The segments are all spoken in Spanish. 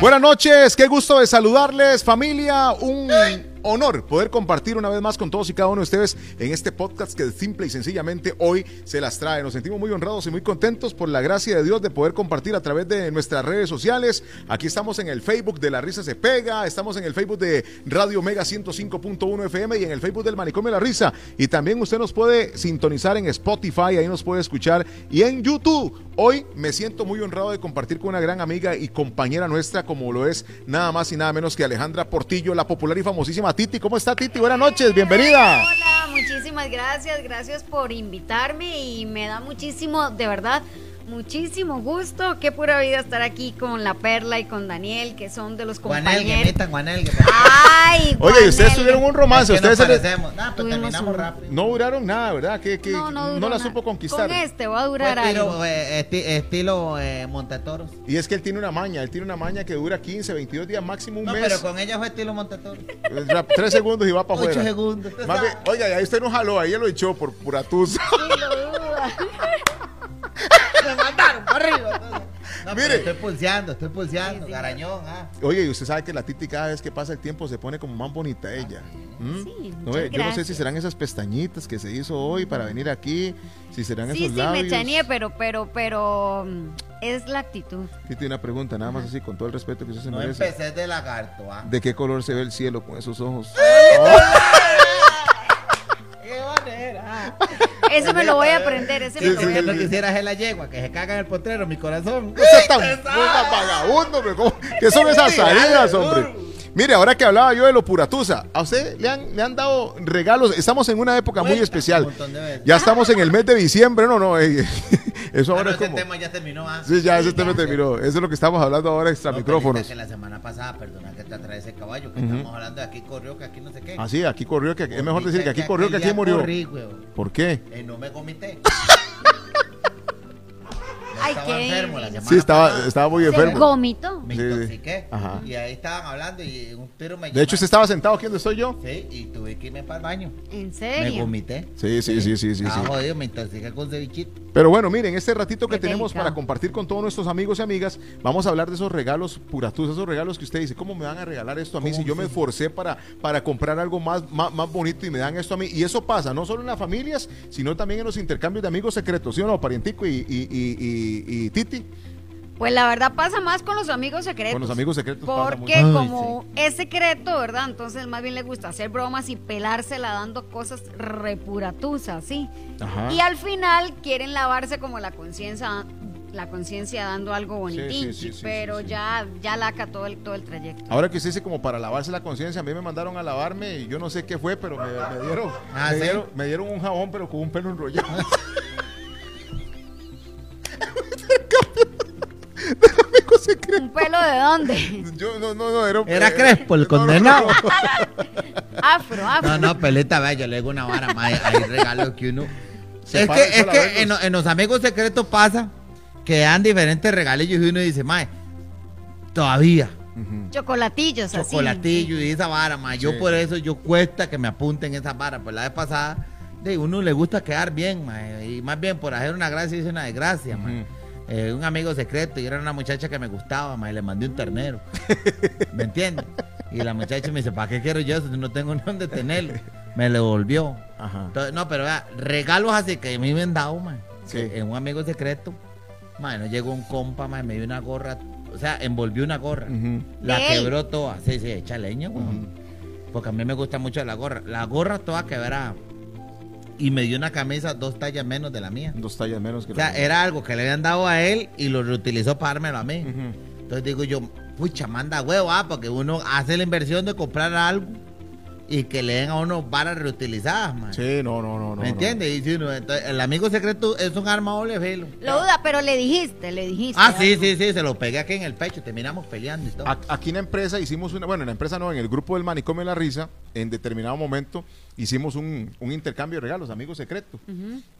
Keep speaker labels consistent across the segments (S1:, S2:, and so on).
S1: Buenas noches, qué gusto de saludarles, familia. Un honor poder compartir una vez más con todos y cada uno de ustedes en este podcast que simple y sencillamente hoy se las trae. Nos sentimos muy honrados y muy contentos por la gracia de Dios de poder compartir a través de nuestras redes sociales. Aquí estamos en el Facebook de La Risa Se Pega, estamos en el Facebook de Radio Mega 105.1 FM y en el Facebook del Manicomio La Risa. Y también usted nos puede sintonizar en Spotify, ahí nos puede escuchar y en YouTube. Hoy me siento muy honrado de compartir con una gran amiga y compañera nuestra, como lo es nada más y nada menos que Alejandra Portillo, la popular y famosísima Titi. ¿Cómo está Titi? Buenas noches, bienvenida.
S2: Hola, muchísimas gracias, gracias por invitarme y me da muchísimo, de verdad, muchísimo gusto. Qué pura vida estar aquí con la Perla y con Daniel, que son de los
S3: Guanel, que
S2: compañeros.
S3: metan, Guanel. Que
S2: Ay,
S1: Oye, y ustedes
S2: Juanel.
S1: tuvieron un romance,
S3: Es que
S1: ustedes
S3: nos
S1: se les-
S3: parecemos. No, pues
S2: Tuvimos
S3: terminamos
S2: un-
S3: rápido.
S1: no duraron nada, ¿verdad? Que, que
S2: No, no, duró
S1: la
S2: nada.
S1: supo conquistar.
S2: Con este va a
S3: Fue
S2: durar algo.
S3: estilo, eh, esti- estilo eh, Montetoros.
S1: Y es que él tiene una maña, él tiene una maña que dura 15, 22 días, máximo un
S3: No,
S1: mes.
S3: pero con ella fue estilo Montetoros.
S1: Ra- Tres segundos y va para
S3: Ocho
S1: afuera.
S3: segundos.
S1: Más bien, oiga, ahí usted no jaló, ahí él lo echó por puratus.
S3: Me mandaron para arriba. entonces. No,
S1: Mire.
S3: pero estoy pulseando, estoy pulseando.
S2: Sí, sí.
S3: Garañón, ah.
S1: Oye, y usted sabe que la Titi cada vez que pasa el tiempo se pone como más bonita ella. ¿Mm?
S2: Sí,
S1: No,
S2: muchas
S1: eh, yo no sé si
S2: gracias.
S1: serán esas pestañitas que se hizo hoy para venir aquí, si serán
S2: Sí,
S1: esos
S2: sí,
S1: labios.
S2: me chaneé, pero, pero, pero mm, es la actitud.
S1: Titi, una pregunta, nada más así, con todo el respeto que usted se
S3: No
S1: merece.
S3: empecé de lagarto, ah.
S1: ¿De qué color se ve el cielo con esos ojos?
S2: Ah,
S3: Qué manera.
S2: Eso me lo voy a aprender, ese
S3: Si
S1: Sí,
S2: me lo
S1: sí, sí,
S2: voy a
S3: lo
S1: sí.
S2: aprender.
S3: quisieras es la yegua, que se caga en el potrero, mi corazón. Ah,
S1: No sea tan tan vagabundo, hombre. ¿cómo? ¿Qué son esas salidas, hombre? Mire, ahora que hablaba yo de lo puratusa, a usted le han, le han dado regalos. Estamos en una época muy
S3: Cuenta,
S1: especial.
S3: un montón de veces.
S1: Ya estamos en el mes de diciembre. No, no, eh, eso
S3: Bueno,
S1: ahora es
S3: ese
S1: como.
S3: tema ya terminó, ah.
S1: Sí, ya ese tema terminó. Eso es lo que estamos hablando ahora, extra
S3: No,
S1: micrófonos.
S3: Pelita, Que la semana pasada, perdona que te atrae ese caballo, que
S1: Ujú.
S3: estamos hablando de aquí corrió, que aquí no sé qué.
S1: Ah, sí, aquí corrió, que es mejor
S3: Corrí,
S1: decir que aquí corrió, que
S3: aquel
S1: aquí
S3: día
S1: murió.
S3: corrí, weón.
S1: ¿Por qué?
S3: Eh, no me comité.
S2: Ay,
S3: estaba
S2: qué
S3: enfermo la
S2: divino.
S3: semana
S1: Sí, estaba,
S3: pasada.
S1: estaba muy
S2: Se
S1: enfermo.
S2: gomitó.
S3: Me
S1: Sí, sí.
S3: intoxiqué.
S1: Ajá.
S3: Y ahí estaban hablando y un tiro me
S1: De hecho, usted
S3: llenó.
S1: estaba sentado aquí donde estoy yo.
S3: Sí, y tuve que irme para el baño.
S2: ¿En
S3: Me
S2: serio?
S3: vomité.
S1: Sí, sí, sí, sí, sí.
S3: ah,
S1: sí.
S3: jodido, me intoxiqué con cevichito.
S1: Pero bueno, miren, este ratito que
S2: Qué
S1: tenemos
S2: delicado.
S1: para compartir con todos nuestros amigos y amigas, vamos a hablar de esos regalos puratus, esos regalos que usted dice, ¿cómo me van a regalar esto a mí si yo me esforcé para, para comprar algo más, más, más bonito y me dan esto a mí? Y eso pasa, no solo en las familias, sino también en los intercambios de amigos secretos, ¿sí o no, parientico y, y, y, y- y Titi?
S2: Pues la verdad pasa más con los amigos secretos.
S1: Con los amigos secretos pasa
S2: Porque
S1: mucho.
S2: como es secreto, ¿verdad? Entonces más bien le gusta hacer bromas y pelársela dando cosas repuratusas, ¿sí?
S1: Ajá.
S2: Y al final quieren lavarse como la conciencia la conciencia dando algo
S1: Sí, sí,
S2: bonitín,
S1: sí, sí,
S2: pero
S1: sí, sí.
S2: ya ya laca todo el todo el trayecto.
S1: Ahora que usted dice como para lavarse la conciencia, a mí me mandaron a lavarme y yo no sé qué fue, pero me, me dieron,
S3: Ah,
S1: me
S3: ¿sí?
S1: dieron, me dieron un jabón, pero con un pelo enrollado.
S2: ¿Un pelo de dónde?
S1: Yo no, no, no, era un-
S3: Era
S1: eh,
S3: Crespo, el
S1: no, no, no,
S3: condenado.
S1: no.
S2: Afro, afro.
S3: No, no, peleta, vea, yo le digo una vara más. Hay regalos que uno.
S1: Se
S3: es
S1: paran
S3: que, es
S1: sola,
S3: que en,
S1: verlos.
S3: en los amigos secretos pasa que dan diferentes regalos y uno dice, mae, todavía.
S2: Chocolatillos así.
S3: Chocolatillo y esa vara, mae. Yo
S1: Sí.
S3: por eso, yo cuesta que me apunten esa vara. Pues la vez pasada, de uno le gusta quedar bien, mae. Y más bien por hacer una gracia hice una desgracia, mae.
S1: Ujú.
S3: Eh, un amigo secreto y era una muchacha que me gustaba, mae. Le mandé un ternero. ¿Me entiendes? Y la muchacha me dice, ¿para qué quiero yo eso? No tengo ni dónde tenerlo. Me lo devolvió.
S1: Ajá.
S3: Entonces, no, pero vea, regalos así que a mí me han dado, man.
S1: Sí.
S3: Que En un amigo secreto, man, llegó un compa, man, me dio una gorra, o sea, envolvió una gorra.
S1: Ujú.
S3: La
S2: De él.
S3: quebró toda. Sí, sí, chaleño, weón. Porque a mí me gusta mucho la gorra. La gorra toda quebrada. Y me dio una camisa dos tallas menos de la mía.
S1: Dos tallas menos que
S3: O sea,
S1: la-
S3: era algo que le habían dado a él y lo reutilizó para dármelo a mí.
S1: Ujú.
S3: Entonces digo yo, pucha, manda huevo, ah, porque uno hace la inversión de comprar algo y que le den a uno varas reutilizadas, man.
S1: Sí, no, no, no. no, no.
S3: ¿Me entiendes? Y si uno- entonces, el amigo secreto es un arma doble filo.
S2: Lo duda, pero le dijiste, le dijiste.
S3: Ah, sí, sí, sí, se lo pegué aquí en el pecho, terminamos peleando y todo.
S1: A- Aquí en la empresa hicimos una, bueno, en la empresa no, en el grupo del manicomio de la risa, en determinado momento hicimos un, un intercambio de regalos, amigos secretos.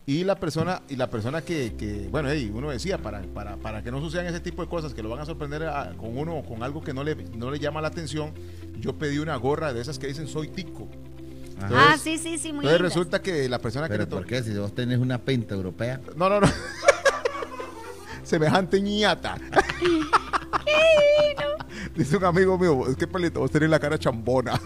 S1: Y la persona, y la persona que, que, bueno, hey, uno decía, para, para, para que no sucedan ese tipo de cosas que lo van a sorprender a- con uno o con algo que no le, no le llama la atención, yo pedí una gorra de esas que dicen soy tico. Entonces,
S2: Ah, sí, sí, sí,
S1: entonces
S2: muy lindas.
S1: resulta que la persona que
S3: Pero
S1: le to-
S3: ¿por qué? Si vos tenés una pinta europea.
S1: No, no, no. Semejante ñata. Dice un amigo mío, es que pelito, vos tenés la cara chambona.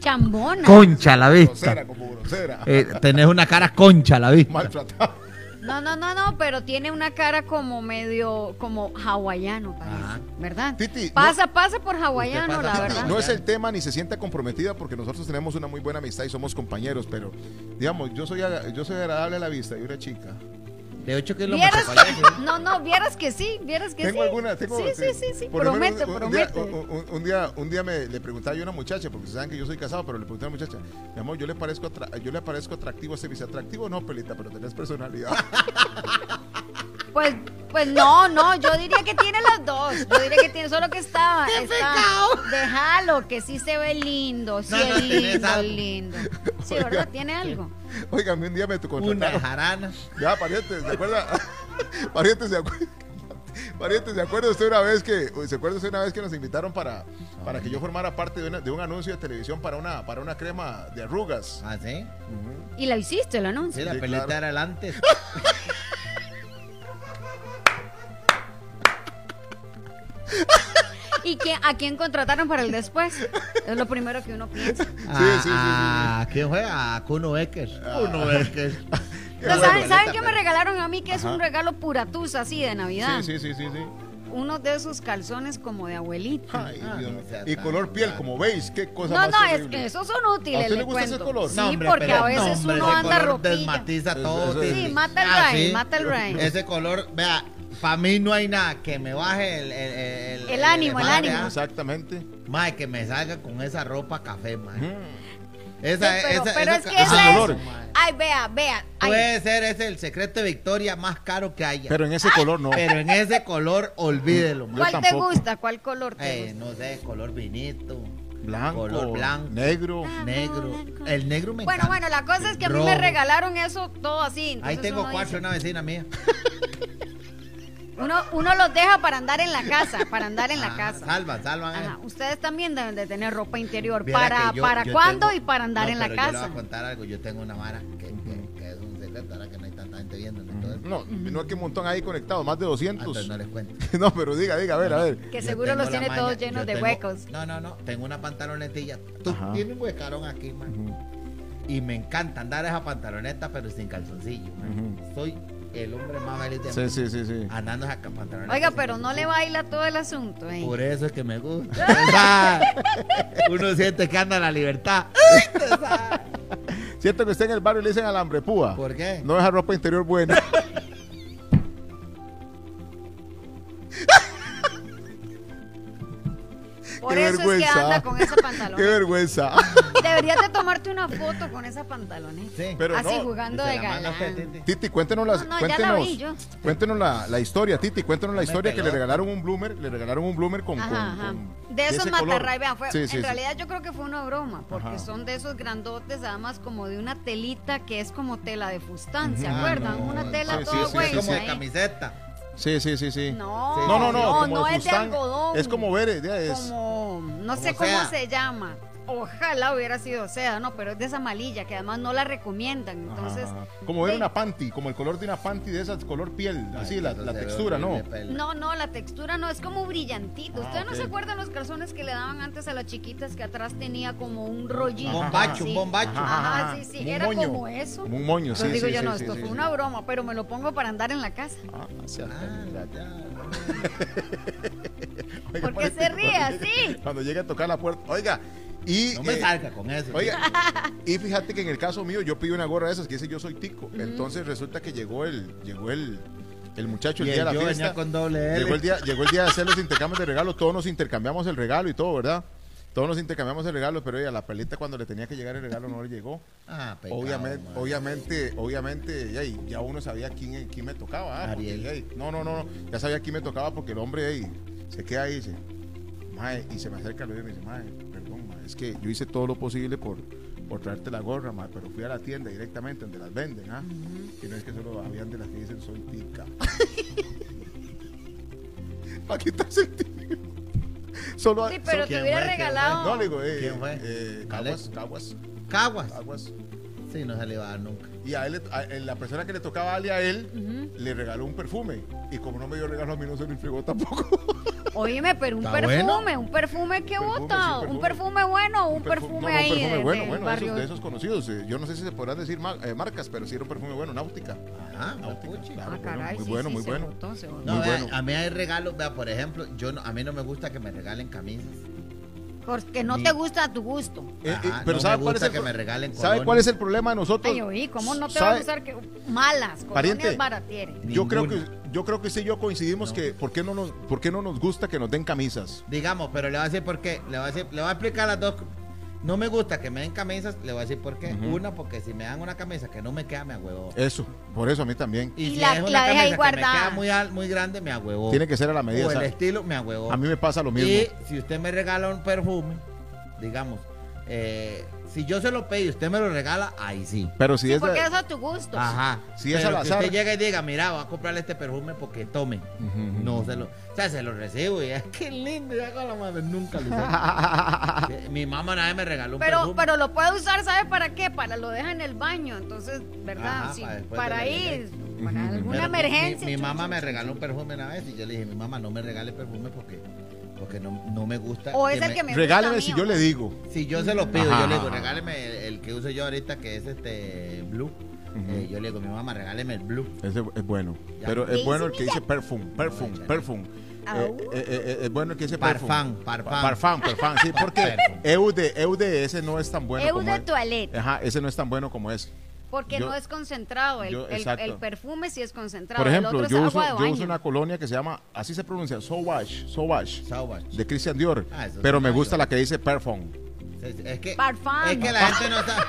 S2: Chambona.
S3: Concha a la
S1: grosera,
S3: vista.
S1: como grosera.
S3: Eh, tenés una cara concha a la vista.
S1: Maltratada.
S2: No, no, no, no, pero tiene una cara como medio, como hawaiano, parece,
S3: Ajá.
S2: ¿verdad?
S1: Titi, no-
S2: pasa, pasa por hawaiano,
S3: Usted pasa
S2: la
S3: por
S2: verdad.
S1: No es el tema ni se sienta comprometida porque nosotros tenemos una muy buena amistad y somos compañeros, pero digamos, yo soy, aga- yo soy agradable a la vista y una chica.
S3: De 8
S2: Vieras
S3: kilómetros. ¿eh?
S2: que, no, no, vieras que sí, vieras que
S1: tengo
S2: sí.
S1: alguna, tengo
S2: sí, sí, sí, sí,
S1: por lo menos
S2: promete,
S1: un- un día-
S2: promete.
S1: un- un- un día, un día me le preguntaba yo a una muchacha, porque saben que yo soy casado, pero le pregunté a una muchacha, mi amor, yo le parezco atra- yo le parezco atractivo a este vice atractivo, no, pelita, pero tenés personalidad.
S2: Pues, pues no, no, yo diría que tiene las dos. Yo diría que tiene, solo que está. está déjalo, que sí se ve lindo, sí
S3: No, no,
S2: es
S3: tenés
S2: lindo,
S3: algo.
S2: lindo. Sí,
S1: Oiga,
S2: ¿verdad? Tiene algo.
S1: Oigan, un día me
S3: Una
S1: contrataron.
S3: jarana.
S1: Ya, parientes, ¿se acuerda? parientes, ¿se acuerda? Parientes, ¿se acuerda usted una vez que, uy, se acuerda usted una vez que nos invitaron para, para que yo formara parte de, una- de un anuncio de televisión para una, para una crema de arrugas?
S3: Ah, sí.
S2: Y la hiciste, el
S3: Sí,
S2: anuncio.
S3: la
S1: Sí,
S3: peleta
S1: claro.
S3: era el antes.
S2: ¿Y quién- a quién contrataron para el después? Es lo primero que uno piensa.
S1: sí, Ah. sí, sí.
S3: Ah, ¿Quién fue? A Kuno Becker. Kuno Becker.
S2: Pero
S1: bueno, la
S2: ¿Saben, ¿saben
S1: neta,
S2: qué me
S1: pero-
S2: regalaron a mí? Que es
S1: Ajá.
S2: un regalo puratusa así de Navidad.
S1: Sí, sí, sí, sí, sí.
S2: Uno de esos calzones como de abuelita.
S1: Ay,
S3: Ah,
S1: Dios
S3: no
S1: mío.
S3: sea
S1: Y
S3: tan
S1: color piel,
S3: raro.
S1: como veis, qué cosa
S2: No,
S1: más
S2: no, es
S1: terrible.
S2: que esos son
S1: ¿A
S2: útiles,
S1: usted le
S2: le
S1: gusta ese
S2: cuento.
S1: color?
S2: Sí,
S3: No, hombre,
S2: porque
S3: pero-
S2: a veces
S3: no, hombre,
S2: uno
S3: ese
S2: anda
S3: color
S2: ropilla.
S3: Desmatiza
S1: Eso-
S3: todo.
S1: eso-
S2: Sí,
S1: Sí.
S2: mata el
S3: Ah,
S2: rain,
S3: sí.
S2: mata el rain.
S3: Ese color, vea, para mí no hay nada que me baje el... El, el-
S2: El ánimo, el
S3: baje,
S2: ánimo.
S3: ah.
S1: Exactamente.
S3: Mae, que me salga con esa ropa café, mae.
S1: Mm.
S3: Esa,
S2: Sí, pero-
S3: esa-
S2: pero
S3: esa-
S2: es que
S3: ese
S1: esa es-
S3: color, mae.
S2: Ay, vea, vea. ay.
S3: Puede ser, es el secreto de victoria más caro que haya. Pero,
S1: Pero en ese color no.
S3: en ese color, olvídelo, mae.
S2: ¿Cuál te
S1: tampoco.
S2: gusta? ¿Cuál color te
S3: Eh,
S2: gusta?
S3: no sé, color vinito.
S1: Blanco,
S3: Color blanco.
S1: negro.
S2: Ah.
S3: Negro.
S2: blanco.
S3: El negro me
S2: Bueno,
S3: encanta.
S2: bueno, la cosa es que a mí
S3: Rojo.
S2: me regalaron eso todo así.
S3: Ahí
S2: entonces
S3: tengo
S2: uno
S3: cuatro,
S2: dice-
S3: una vecina mía.
S2: Uno, uno los deja para andar en la casa, para andar en la
S3: Ah,
S2: casa.
S3: Salvan, salvan. eh.
S2: Ajá, Ustedes también deben de tener ropa interior.
S3: Viera
S2: ¿Para,
S3: que yo-
S2: para
S3: yo
S2: cuándo
S3: tengo-
S2: y para andar
S3: No,
S2: en la
S3: pero Yo le
S2: casa?
S3: voy a contar algo. Yo tengo una vara que, que- que es un secreto, ahora que no hay tanta gente viendo. Entonces,
S1: No, no es que un montón ahí conectados, más de
S3: ah, entonces
S1: 200.
S3: no les cuento.
S1: No, pero diga, diga, a ver, a ver.
S2: que
S3: Yo
S2: seguro
S3: tengo
S2: los
S3: la
S2: tiene
S3: maña,
S2: todos
S3: yo
S2: llenos de
S3: tengo-
S2: huecos.
S3: No, no, no. Tengo una pantalonetilla. Tú
S1: Ajá.
S3: tienes un huecarón aquí, man. Y me encanta andar esa pantaloneta, pero sin calzoncillo. man. Soy el hombre más feliz de
S1: Sí, sí, sí, sí.
S3: andando esa pantaloneta.
S2: Oiga,
S3: sin
S2: pero no le baila todo el asunto, ¿eh?
S3: Por eso es que me gusta. Esa- Uno siente que anda en la libertad. Esa-
S1: Siento que usted en el barrio le dicen alambre púa.
S3: ¿Por qué?
S1: Ah. No deja ropa interior buena.
S2: Por
S1: qué
S2: eso es que
S1: vergüenza.
S2: anda con esa
S1: Qué
S2: pantalona.
S1: vergüenza.
S2: Deberías de tomarte una foto con esa pantaloneta.
S3: Sí.
S1: Pero
S2: Así
S1: no,
S2: jugando
S3: Se
S2: de
S3: la mando a
S2: galán.
S3: usted, Titi.
S1: Titi, cuéntenos, las,
S2: No, no, ya la
S1: cuéntenos,
S2: vi yo.
S1: cuéntenos la, la historia, Titi, cuéntenos la
S3: Dame
S1: historia que le
S3: pelota.
S1: regalaron un bloomer, le regalaron un bloomer con, con-
S2: Ajá, ajá.
S1: con-
S2: De esos
S1: ese color.
S2: matarray, vean, fue,
S1: Sí, sí, sí.
S2: en realidad yo creo que fue una broma, porque
S1: Ajá.
S2: son de esos grandotes, además como de una telita que es como tela de fustán, ¿se
S3: Ah,
S2: acuerdan?
S3: no,
S2: una tela
S1: sí,
S2: toda
S1: sí, sí,
S2: güey.
S3: como de
S2: ahí.
S3: camiseta.
S1: Sí, sí, sí, sí.
S2: No,
S3: Sí.
S1: no, no, no, como
S2: no
S1: de
S2: es de
S1: Fustán,
S2: algodón.
S1: Es como ver, es,
S2: como- no
S3: como
S2: sé cómo
S3: sea.
S2: se llama. Ojalá hubiera sido seda, no, pero es de esa malilla que además no la
S1: ajá,
S2: recomiendan. Entonces,
S1: ajá. como ver
S2: ve-
S1: una panty, como el color de una panty de esas color piel, así
S3: Ay,
S1: Ah, la,
S3: eso
S1: la
S3: se ve
S1: textura, ¿no?
S3: horrible, pela.
S2: No, no, la textura no, es como brillantito.
S1: Ah,
S2: ¿Ustedes no
S1: ok.
S2: se acuerdan los calzones que le daban antes a las chiquitas que atrás tenía como un rollito?
S3: Un bombacho, un
S2: así?
S3: bombacho.
S2: Ajá, sí, sí,
S1: Como un
S2: era
S1: moño.
S2: como eso.
S1: Como un moño, sí,
S2: Entonces digo
S1: sí,
S2: yo,
S1: sí,
S2: no,
S1: sí,
S2: esto
S1: sí,
S2: fue
S1: sí.
S2: una broma, pero me lo pongo para andar en la casa.
S1: Ah, sí, hasta mira,
S3: Ah, ya, no.
S1: Oiga,
S2: ¿Por qué
S1: parece
S2: se
S1: que
S2: ríe
S1: cuando llegue-
S2: así?
S1: Cuando llegue a tocar la puerta. Oiga, y.
S3: No me
S1: eh,
S3: salga con eso.
S1: Oiga, y fíjate que en el caso mío yo pedí una gorra de esas que dice yo soy tico. Entonces resulta que llegó el, llegó el, el muchacho
S3: tío.
S1: el
S3: Y
S1: día de la
S3: yo
S1: fiesta.
S3: venía con doble L.
S1: Llegó el día, llegó el día de hacer los intercambios de regalo, todos nos intercambiamos el regalo y todo, ¿verdad? Todos nos intercambiamos el regalo, pero a la pelita cuando le tenía que llegar el regalo no le llegó.
S3: Ah, pecado,
S1: Obviamente,
S3: man.
S1: obviamente, obviamente, ey, ya uno sabía quién, es- quién me tocaba. ah, porque,
S3: Ariel.
S1: ey, no, no, no, no, ya sabía quién me tocaba porque el hombre ey, se queda ahí y dice, "Mae", y se me acerca el oído y me dice, mae, perdón, mae, es que yo hice todo lo posible por, por traerte la gorra, mae, pero fui a la tienda directamente donde las venden, ¿ah? Y no es que solo habían de las que dicen soy tica. Para quitarse el tic. Solo
S2: Sí, pero
S3: ¿quién
S2: te hubiera
S3: fue? ¿quién fue?
S2: regalado.
S1: No, le digo, eh,
S3: ¿Quién fue?
S1: eh,
S3: ¿Vale?
S1: caguas, caguas,
S3: Caguas.
S1: caguas.
S3: Sí, no se le va a dar nunca.
S1: Y a él, a- la persona que le tocaba darle a él, le regaló un perfume. Y como no me dio regalo a mí, no se lo entregó tampoco.
S2: Oíme, pero un
S3: ¿Está
S2: perfume,
S3: bueno?
S2: un perfume que
S1: Perfume,
S2: bota,
S1: sí,
S2: un
S1: perfume.
S2: perfume bueno, un perfume,
S1: no, no,
S2: ahí.
S1: un perfume
S2: de-
S1: bueno,
S2: del
S1: bueno,
S2: barrio.
S1: esos, de esos conocidos. eh, yo no sé si se podrán decir mar- eh, marcas, pero sí era un perfume bueno, Náutica.
S3: Ajá, puchi.
S1: claro,
S2: Ah,
S1: bueno,
S2: caray,
S1: muy
S2: sí,
S1: bueno,
S2: sí,
S1: muy
S2: se
S1: bueno.
S2: botó, se botó.
S3: No,
S1: Muy
S3: vea,
S1: bueno.
S3: a mí hay regalos, vea, por ejemplo, yo no- a mí no me gusta que me regalen camisas.
S2: Porque no
S3: Ni-
S2: te gusta a tu gusto.
S1: Eh, eh,
S3: Ajá,
S1: pero
S3: no
S1: ¿sabe
S3: me
S1: cuál es
S3: gusta
S1: el
S3: que
S1: pro-
S3: me regalen
S1: ¿Sabe
S3: colonias.
S1: cuál es el problema de nosotros?
S2: Ay, oí, ¿cómo no te va a
S1: ¿Sabe?
S2: gustar que malas,
S1: Pariente.
S2: colonias baratieres?
S1: Yo creo que
S3: Ninguna.
S1: yo creo que usted y yo coincidimos
S3: No.
S1: que ¿por qué no nos por qué no nos gusta que nos den camisas?
S3: Digamos, pero le voy a decir por qué. Le voy a, decir- le voy a explicar las dos. co- No me gusta que me den camisas, le voy a decir por qué.
S1: Ujú.
S3: Una, porque si me dan una camisa que no me queda, me ahuevo.
S1: Eso, por eso a mí también.
S2: Y la- la deja ahí
S3: Que me
S2: guardada.
S3: queda muy, al- muy grande, me ahuevo.
S1: Tiene que ser a la medida.
S3: O el
S1: ¿sabe?
S3: estilo, me ahuevo.
S1: A mí me pasa lo mismo.
S3: Y si usted me regala un perfume, digamos, eh, si yo se lo pedí y usted me lo regala, ahí sí.
S1: Pero si
S2: Sí,
S1: es
S2: porque
S1: de-
S2: es a tu gusto.
S3: Ajá.
S1: Si es
S3: Pero
S1: al
S3: que
S1: azar.
S3: usted llega y diga, mira, voy a comprarle este perfume porque tome.
S1: Ujú.
S3: No, se lo, o sea, se lo recibo y qué lindo, ya con la madre, nunca lo usé. Mi mamá una vez me regaló un
S2: Pero,
S3: perfume.
S2: pero lo puede usar, ¿sabe para qué? Para lo deja en el baño, entonces, ¿verdad?
S3: Ajá,
S2: Sí,
S3: para después
S2: para
S3: de la
S2: ir, para
S1: Ujú,
S2: alguna
S3: Pero mi-
S2: emergencia.
S3: Mi, mi
S2: chu,
S3: mamá
S2: chu,
S3: me
S2: chu,
S3: regaló
S2: chu.
S3: un perfume una vez y yo le dije, mi mamá, no me regale perfume porque, porque no, no me gusta.
S2: O es el que me gusta a
S1: Regáleme
S2: mí,
S1: si
S2: ¿o
S1: yo
S2: no?
S1: le digo.
S3: Si yo se lo pido,
S1: Ajá,
S3: yo le digo,
S1: ajá.
S3: regáleme el, el que uso yo ahorita, que es este blue. Eh, yo le digo, mi mamá, regáleme el blue.
S1: Ese es bueno.
S3: Ya.
S1: Pero es
S2: Dice
S1: bueno el que dice
S2: Miguel.
S1: perfume, perfume,
S3: Bueno.
S1: perfume.
S3: Ah,
S2: Au.
S3: uh.
S1: Eh, eh, eh, es bueno el que dice
S3: Parfán,
S1: perfume.
S3: parfán.
S1: Parfán, parfán, sí, porque
S3: Parfán.
S1: Eude, Eude ese no es tan bueno
S2: Eu
S1: como
S2: de
S1: es.
S2: toilette,
S1: Ajá, ese no es tan bueno como es.
S2: porque
S1: yo-
S2: no es concentrado. El,
S1: yo-
S2: el-
S1: exacto.
S2: el perfume sí es concentrado.
S1: Por
S2: el
S1: ejemplo,
S2: otro
S1: yo
S2: es
S1: uso,
S2: agua de
S1: yo
S2: baño.
S1: uso una colonia que se llama, así se pronuncia, Sauvage, Sauvage,
S3: Sauvage.
S1: de Christian Dior,
S3: Ah, eso es
S1: pero me
S3: Sauvage.
S1: gusta la que dice perfume.
S3: Es, es que,
S2: Parfán.
S3: es que la gente no sabe.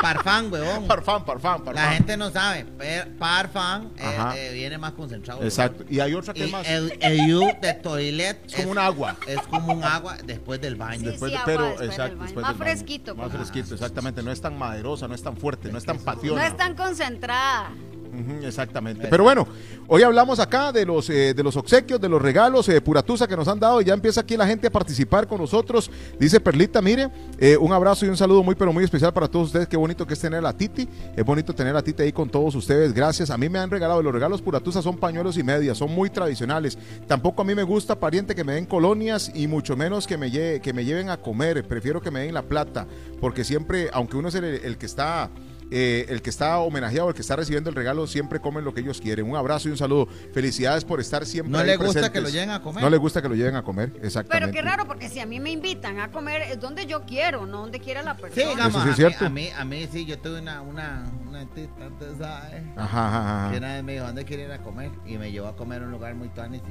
S3: Parfán, huevón.
S1: Parfán, parfán,
S3: La
S1: parfán.
S3: gente no sabe. per- Parfán eh,
S1: Ajá.
S3: eh, viene más concentrado. huevón.
S1: Exacto. Y hay otra que
S3: Y
S1: más,
S3: el, el you de toilet
S1: es como un agua.
S3: es como un agua después del baño.
S2: Sí, sí. agua después del baño. Más
S1: del baño.
S2: fresquito,
S1: Más
S2: como-
S1: fresquito, exactamente. No es tan maderosa, no es tan fuerte, no es tan
S2: No
S1: patiosa.
S2: es tan concentrada.
S1: Ujú, Exactamente. Pero bueno, hoy hablamos acá de los eh, de los obsequios, de los regalos eh, de Puratusa que nos han dado. y Ya empieza aquí la gente a participar con nosotros. Dice Perlita, mire, eh, un abrazo y un saludo muy pero muy especial para todos ustedes. Qué bonito que es tener a Titi. Es bonito tener a Titi ahí con todos ustedes. Gracias. A mí me han regalado los regalos Puratusa son pañuelos y medias, son muy tradicionales. Tampoco a mí me gusta pariente que me den colonias y mucho menos que me lle- que me lleven a comer. Prefiero que me den la plata porque siempre, aunque uno es el, el que está eh, el que está homenajeado, el que está recibiendo el regalo, siempre comen lo que ellos quieren. Un abrazo y un saludo. Felicidades por estar siempre.
S3: No
S1: ahí
S3: le gusta
S1: presentes.
S3: que lo lleven a comer.
S1: No le gusta que lo lleven a comer,
S2: Pero
S1: exactamente.
S2: qué raro, porque si a mí me invitan a comer, es donde yo quiero, no donde quiera la
S3: Sí,
S2: persona.
S3: digamos,
S1: sí es
S3: a,
S1: cierto.
S3: mí, a, mí, a mí sí, yo tuve una, una, una tita, usted sabe,
S1: Ajá, ajá, ajá.
S3: que una vez me dijo, ¿dónde quiere ir a comer? Y me llevó a comer a un lugar muy tuanis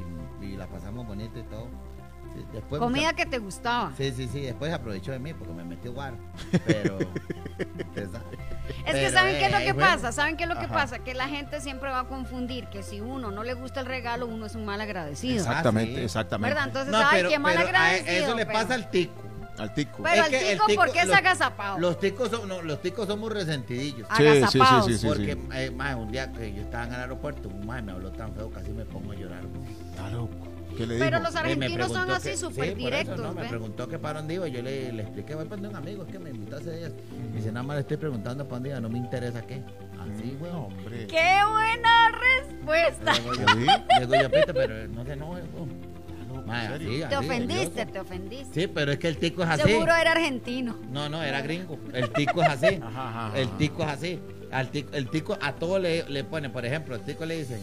S3: y, y la pasamos bonito y todo. Sí, después,
S2: Comida que te gustaba.
S3: Sí, sí, sí, después aprovechó de mí porque me metió guaro. Pero... pues, ah. usted sabe.
S2: Es que
S3: Pero,
S2: saben qué es lo
S3: eh,
S2: que
S3: bueno.
S2: pasa, saben qué es lo que
S1: Ajá.
S2: pasa, que la gente siempre va a confundir que si uno no le gusta el regalo, uno es un mal agradecido.
S3: Exacto.
S1: Exactamente,
S3: Ah, sí.
S1: exactamente.
S2: ¿Verdad? Entonces,
S3: No,
S2: ay,
S3: pero-
S2: qué mal
S3: pero a-
S2: agradecido. pues.
S3: Eso le
S2: pero-
S3: pasa al tico.
S1: Al tico.
S2: Pero al tico, ¿por qué es
S3: los-
S2: agazapado?
S3: Los ticos, son, no, los ticos somos resentidillos.
S2: Sí, agazapados.
S1: sí, sí,
S3: porque, eh, mae, un día que yo estaba en el aeropuerto, un mae me habló tan feo, casi me pongo a llorar. mae.
S1: Está loco. ¿Qué le
S2: Pero
S1: digo?
S2: los
S3: Eh, me
S2: argentinos son
S3: preguntó
S2: así
S3: que-
S2: súper
S3: sí, por eso,
S2: directos.
S3: ¿no? Me
S2: ¿ven?
S3: preguntó que para dónde iba, yo le, le expliqué, voy para donde un amigo, es que me invitó hace días. Me dice, nada más le estoy preguntando para dónde iba, no me interesa qué. Así,
S1: Sí,
S3: weón.
S1: hombre.
S2: ¡Qué buena respuesta!
S3: Luego yo,
S1: Sí.
S3: luego yo, "Pito, pero no se enoje, weón. Mae,
S1: ¿en
S3: así,
S1: serio?
S2: Te
S3: así,
S2: ofendiste,
S3: nervioso.
S2: te ofendiste.
S3: Sí, pero es que el tico es así.
S2: Seguro era argentino.
S3: No, no, era gringo. El tico es así.
S1: Ajá,
S2: Ah.
S1: ajá, ajá.
S3: El tico es así. Al tico, el tico a todo le, le pone, por ejemplo, el tico le dice,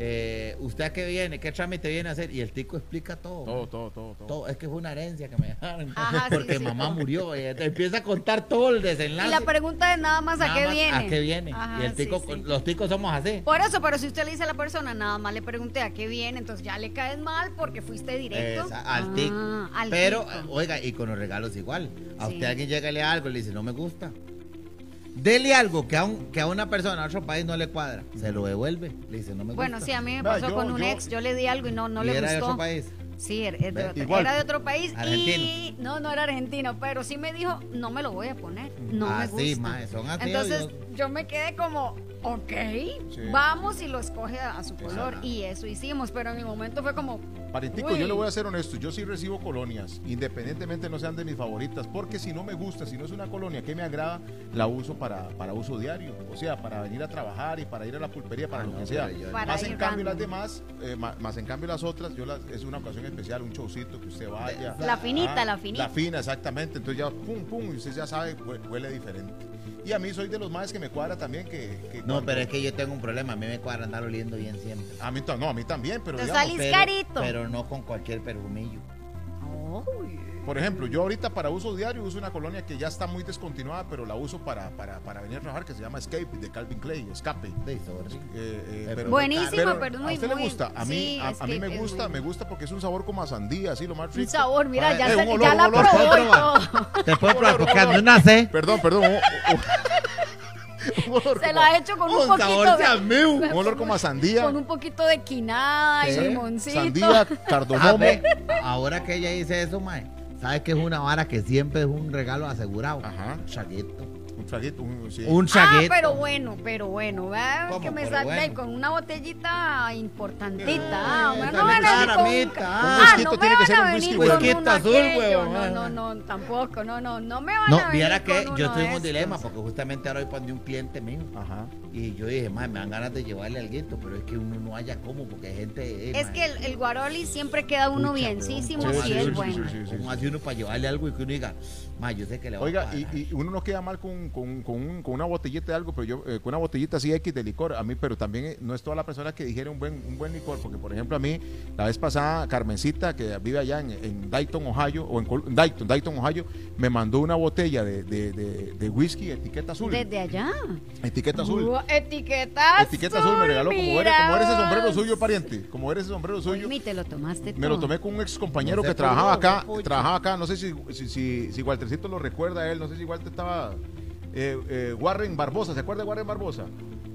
S3: eh, ¿usted a qué viene? ¿Qué trámite viene a hacer? Y el tico explica todo.
S1: Todo, todo, todo, todo.
S3: Todo. Es que fue una herencia que me dejaron.
S2: Ajá, Ah, sí,
S3: porque
S2: sí,
S3: mamá
S2: todo.
S3: murió. Y te empieza a contar todo el desenlace.
S2: Y la pregunta es nada más a
S3: Nada
S2: qué
S3: más,
S2: viene.
S3: ¿A qué viene?
S2: Ajá,
S3: y el
S2: sí,
S3: tico,
S2: sí.
S3: los ticos somos así.
S2: Por eso, pero si usted le dice a la persona, nada más le pregunté a qué viene, entonces ya le caes mal porque fuiste directo.
S3: Esa- al tico.
S2: Ah, al
S3: Pero,
S2: tico.
S3: eh, oiga, y con los regalos igual. A
S2: Sí.
S3: usted alguien llega y le da algo y le dice, no me gusta. Dele algo que a, un- que a una persona, a otro país no le cuadra. Se lo devuelve. Le dice, no me
S2: Bueno, sí,
S3: gusta.
S2: a mí me
S1: Vea,
S2: pasó
S1: yo-
S2: con un
S1: yo-
S2: ex, yo le di algo y no, no
S3: Y
S2: le
S3: era
S2: gustó.
S3: de otro país.
S2: Sí, er- es de
S3: Ve,
S2: otro-
S1: igual.
S2: era de otro país y
S3: Argentino.
S2: no, no era argentino, pero sí me dijo, no me lo voy a poner, no
S3: Ah,
S2: me
S3: sí,
S2: gusta.
S3: mae, son así,
S2: Entonces
S3: oye,
S2: yo me quedé como, ok, vamos y lo escoge a, a su color.
S1: Exacto.
S2: Y eso hicimos, pero en mi momento fue como,
S1: Parentico,
S2: Uy.
S1: yo le voy a ser honesto, yo sí recibo colonias, independientemente no sean de mis favoritas, porque si no me gusta, si no es una colonia que me agrada, la uso para, para uso diario, o sea, para venir a trabajar y para ir a la pulpería, para
S3: Ah,
S1: lo
S3: no,
S1: que sea.
S3: pero yo-
S2: Para
S1: más
S2: ir
S1: en cambio
S2: random.
S1: las demás, eh, ma- más, en cambio las otras, yo las, es una ocasión especial, un showcito que usted vaya. Ah,
S2: La finita, la finita.
S1: La fina, exactamente, entonces ya pum, pum, y usted ya sabe, hue- huele diferente. Y a mí soy de los más que me cuadra también que... que
S3: No,
S1: cuando-
S3: pero es que yo tengo un problema. A mí me cuadra andar oliendo bien siempre.
S1: A mí, ta- no, a mí también, pero
S2: Te
S1: digamos,
S2: salís
S3: Pero-
S2: carito.
S3: Pero no con cualquier perfumillo.
S2: "Ay".
S1: Por ejemplo, yo ahorita para uso diario uso una colonia que ya está muy descontinuada, pero la uso para, para, para venir a trabajar, que se llama Escape de Calvin Klein, Escape.
S3: Sí, sorry.
S1: Eh, eh,
S3: Eh,
S1: pero-
S2: Buenísima, pero es
S1: ¿A
S2: muy-
S1: usted le
S2: muy-
S1: gusta? A mí,
S2: sí,
S1: a, a mí
S2: Escape
S1: me
S2: es
S1: gusta,
S2: bueno.
S1: me gusta porque es un sabor como a sandía, así lo más rico.
S2: Un sabor, mira,
S1: Para-
S2: ya,
S1: eh,
S2: se-
S1: un olor,
S2: ya
S1: un
S2: la
S1: olor.
S2: probó y
S3: probar.
S2: todo.
S3: Te puedo probar
S1: Olor,
S3: porque
S1: olor.
S3: no nace.
S1: Perdón, perdón. un- un- un olor
S2: Se
S1: como-
S2: lo ha hecho con un,
S3: Un
S2: poquito
S3: sabor de
S2: de,
S3: amigo.
S1: un olor como a sandía.
S2: con un poquito de quinada y
S1: sí,
S2: limoncito.
S1: Sandía,
S3: Ah,
S1: cardomomo.
S3: ve, ahora que ella dice eso, mae, ¿sabes que es una vara que siempre es un regalo asegurado?
S1: Ajá.
S3: Un chaguito.
S1: un traguito, un- sí.
S3: Un
S2: Ah,
S3: chaguito.
S2: pero bueno, pero bueno, ¿verdad?
S3: ¿Cómo?
S2: Que me
S3: Pero
S2: salté
S3: bueno.
S2: con una botellita importantita.
S1: Eh,
S2: ah, bueno,
S1: está
S2: no van a
S1: bien.
S2: venir con...
S3: Caramita,
S2: ah,
S1: un
S2: no
S1: whisky
S2: me
S1: tiene que
S2: van
S1: ser
S2: a
S1: un
S2: venir
S1: whisky
S2: con
S1: bueno.
S3: Whisky
S2: uno
S3: azul,
S2: aquello.
S3: huevón, ah.
S2: No, no, no, tampoco, no, no, no me van
S3: No,
S2: a venir
S3: viera que
S2: con uno
S3: yo estoy en
S2: de
S3: un dilema,
S2: estos.
S3: porque justamente ahora hoy pandé un cliente mío.
S1: Ajá.
S3: Y yo dije, mae, me dan ganas de llevarle algo, pero es que uno no haya cómo, porque hay gente. eh,
S2: Es
S3: mae,
S2: que el, el guaroli siempre queda uno
S3: pucha,
S2: bienísimo
S3: huevón,
S1: Sí,
S2: si
S3: ¿cómo
S1: sí,
S2: es
S3: hace uno-
S2: bueno.
S1: sí, sí, sí.
S3: ¿Cómo hace uno para llevarle algo y que uno diga, mae, yo sé que le va a
S1: Oiga, y,
S3: cuadrar"?
S1: y uno no queda mal con, con- con un- con una botellita de algo, pero yo, eh, con una botellita así X de licor, a mí, pero también eh, no es toda la persona que digiere un buen, un buen licor, porque por ejemplo a mí, la vez pasada, Carmencita, que vive allá en, en Dayton, Ohio, o en Col- Dayton, Dayton, Ohio, me mandó una botella de, de- de- de whisky etiqueta azul.
S2: Desde allá.
S1: Etiqueta azul.
S2: Uh, Etiqueta azul.
S1: etiqueta azul me regaló, como eres, como eres ese sombrero
S2: vos.
S1: suyo, pariente, como eres ese sombrero suyo.
S2: Oíme, te lo tomaste
S1: Me lo
S2: todo.
S1: tomé con un ex compañero
S3: No sé
S1: que
S3: por
S1: trabajaba
S3: qué,
S1: acá,
S3: pucha.
S1: trabajaba acá, no sé si, si, si, si Waltercito lo recuerda a él, no sé si Walter estaba... eh, eh, Warren Barbosa, ¿se acuerda de Warren Barbosa?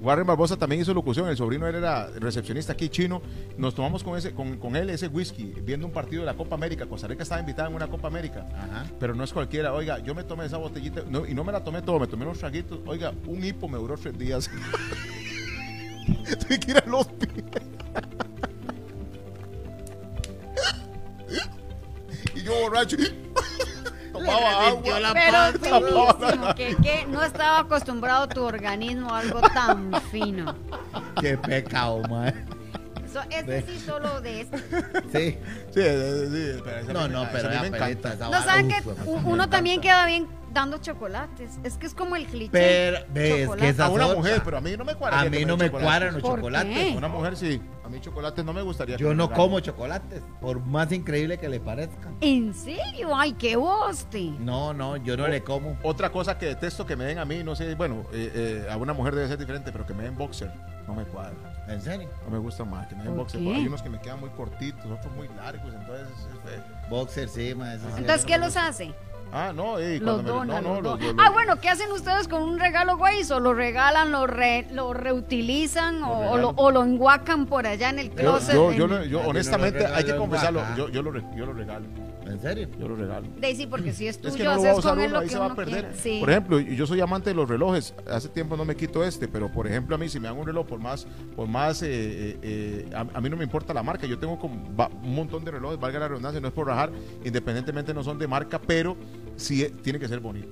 S1: Warren Barbosa también hizo locución, el sobrino de él era recepcionista aquí chino, nos tomamos con, ese, con, con él ese whisky viendo un partido de la Copa América, Costa Rica estaba invitada en una Copa América,
S3: Ajá.
S1: pero no es cualquiera, oiga, yo me tomé esa botellita no, y no me la tomé todo, me tomé unos traguitos, oiga, un hipo me duró tres días. Tuve que ir al hospital. y yo borracho. Tomaba agua.
S2: Pero
S1: Tapaba la-
S2: finísimo, que, que no estaba acostumbrado tu organismo a algo tan fino.
S3: Qué pecado, mae.
S2: So, este sí solo de este.
S3: Sí.
S1: Sí, sí, sí, pero esa
S3: No,
S1: a mí-
S3: no,
S1: esa
S3: pero
S1: a mí
S3: ya
S1: me
S3: peleta,
S1: encanta.
S3: esa
S2: No
S3: vara,
S2: saben que
S3: uf, esa
S2: u-
S3: me
S2: uno
S3: encanta.
S2: también queda bien dando chocolates. Es que es como el cliché.
S3: Pero, ves, que esa-
S1: A una
S3: otra.
S1: mujer, pero a mí no me cuadra.
S3: A
S1: que
S3: mí
S1: me
S3: no
S1: den
S3: me
S1: chocolate.
S3: cuadran los
S2: ¿Por
S3: chocolates.
S2: qué?
S1: A una mujer sí. A mí chocolates no me gustaría. que
S3: Yo
S1: me
S3: no
S1: regalen.
S3: como chocolates, por más increíble que le parezca.
S2: ¿En serio? Ay, qué boste.
S3: No, no, yo no le como.
S1: Otra cosa que detesto que me den a mí, no sé, bueno, eh, eh, a una mujer debe ser diferente, pero que me den boxer, no me cuadra.
S3: ¿En serio?
S1: No me gusta más que me den
S2: ¿Por
S1: boxer.
S2: qué?
S1: porque Hay unos que me quedan muy cortitos, otros muy largos, entonces. es feo.
S3: Boxer, sí, ma, eso sí.
S2: Entonces, ¿qué los hace?
S1: Ah, no, ey, cuando
S2: Los
S1: me-
S2: donan.
S1: no, no,
S2: los
S1: los-
S2: donan.
S1: los-
S2: Ah, bueno, ¿qué hacen ustedes con un regalo guayso? ¿Lo regalan, lo, re- lo reutilizan
S1: Lo
S2: o, o
S1: regalo.
S2: lo, o lo enguacan por allá en el
S1: yo-
S2: closet?
S1: yo,
S2: en-
S1: yo, lo- yo
S3: Ah, yo no
S1: honestamente,
S3: lo regalo
S1: hay que
S3: en
S1: confesarlo.
S3: vaca.
S1: Yo, yo, lo, re- yo lo regalo.
S3: ¿En serio?
S1: Yo lo regalo.
S2: De sí, porque si es tuyo,
S1: Es que no lo va a
S2: haces
S1: usar
S2: con él
S1: uno,
S2: lo
S1: ahí
S2: que
S1: se va a
S2: uno
S1: perder.
S2: quiera. Sí.
S1: Por ejemplo, y- yo soy amante de los relojes. Hace tiempo no me quito este, pero por ejemplo, a mí si me dan un reloj, por más, por más, eh, eh, eh, a, a mí no me importa la marca. Yo tengo como va- un montón de relojes, valga la redundancia, no es por rajar, independientemente no son de marca, pero sí eh, tiene que ser bonito.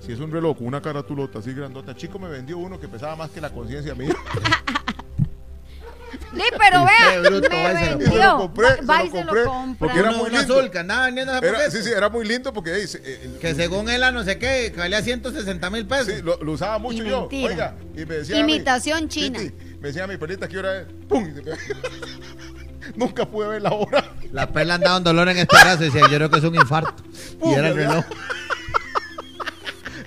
S1: Si es un reloj con una caratulota así grandota, chico me vendió uno que pesaba más que la conciencia mía.
S2: Sí, pero vea,
S3: Usted, bruto,
S2: me
S3: va y se lo
S2: vendió.
S1: compra. Se lo compré,
S2: Va-
S1: se lo
S2: va y se
S1: compré,
S2: lo compra.
S1: porque era
S3: Uno-
S1: muy
S3: uno
S1: lindo.
S3: azul que andaba vendiendo esa
S1: Era,
S3: poqueta.
S1: sí, sí, era muy lindo porque ey, se- eh, el-
S3: Que según él, a no sé qué, que valía 160 mil pesos.
S1: Sí, lo, lo usaba mucho
S2: Y
S1: yo.
S2: mentira.
S1: Oiga, y me decía. a mí,
S2: Imitación china.
S1: Titi, me decía a mi perrita que hora es. ¡Pum! y se pegaba. Nunca pude ver la hora.
S3: La perla andaba en dolor en este brazo y decía, yo creo que es un infarto. Y era el reloj.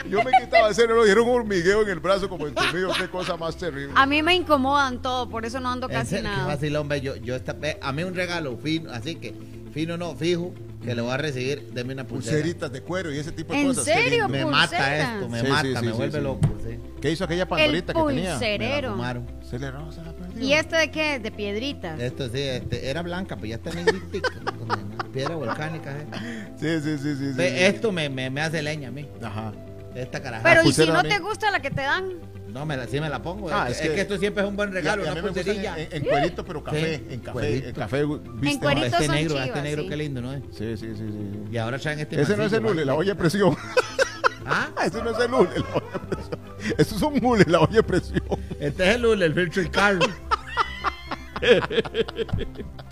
S1: Yo me quitaba ese reloj y era un hormigueo en el brazo como el mío. Qué cosa más terrible.
S2: A mí me incomodan todo, por eso no ando
S3: En
S2: casi
S3: serio, qué
S2: nada.
S3: vacilón, ve, yo, yo esta, ve, a mí un regalo fino, así que fino no, fijo, que lo voy a recibir, deme una pulsera.
S1: Pulseritas de cuero y ese tipo de
S2: ¿En
S1: cosas.
S2: serio?
S1: qué lindo.
S3: Me
S2: Pulseras.
S3: mata esto, me
S1: Sí, sí,
S3: mata,
S1: sí,
S3: me
S1: sí,
S3: vuelve
S1: sí.
S3: loco, sí.
S1: ¿Qué hizo aquella pandorita que tenía?
S2: pulsero.
S3: Me la
S2: Pero-
S3: fumaron.
S1: Se le no, se la perdió.
S2: ¿Y este de qué? ¿De piedritas?
S3: Esto sí, este, era blanca, pero ya está negritica. con piedra volcánica. eh.
S1: Sí, sí, sí, sí. sí,
S3: Ve,
S1: sí.
S3: Esto me, me, me hace leña a mí.
S1: Ajá.
S3: Esta caraja.
S2: Pero y si
S1: pulsera
S2: no te
S1: también.
S2: gusta la que te dan,
S3: no, me la, sí me la pongo.
S1: Ah,
S3: es,
S1: es
S3: es
S1: que-
S3: que esto siempre es un buen regalo,
S4: Y a- y a
S3: una
S4: mí me gustan
S3: pulserilla.
S4: En, en- en cuerito, pero café.
S3: Sí,
S4: En café.
S1: Cuerito.
S4: En
S1: café, viste,
S2: En cuerito.
S3: este
S2: son
S3: negro,
S2: chivas,
S3: este negro,
S2: sí.
S3: qué lindo, ¿no?
S1: Sí, sí, sí, sí, sí.
S3: Y ahora traen este
S1: Ese no es el
S3: mancillo,
S1: hule, la
S3: ¿vale?
S1: olla de presión.
S3: ¿Ah?
S1: Ese no es el hule, la olla de presión. Eso es un hule, la olla de presión.
S3: Este es el hule, el virtual car.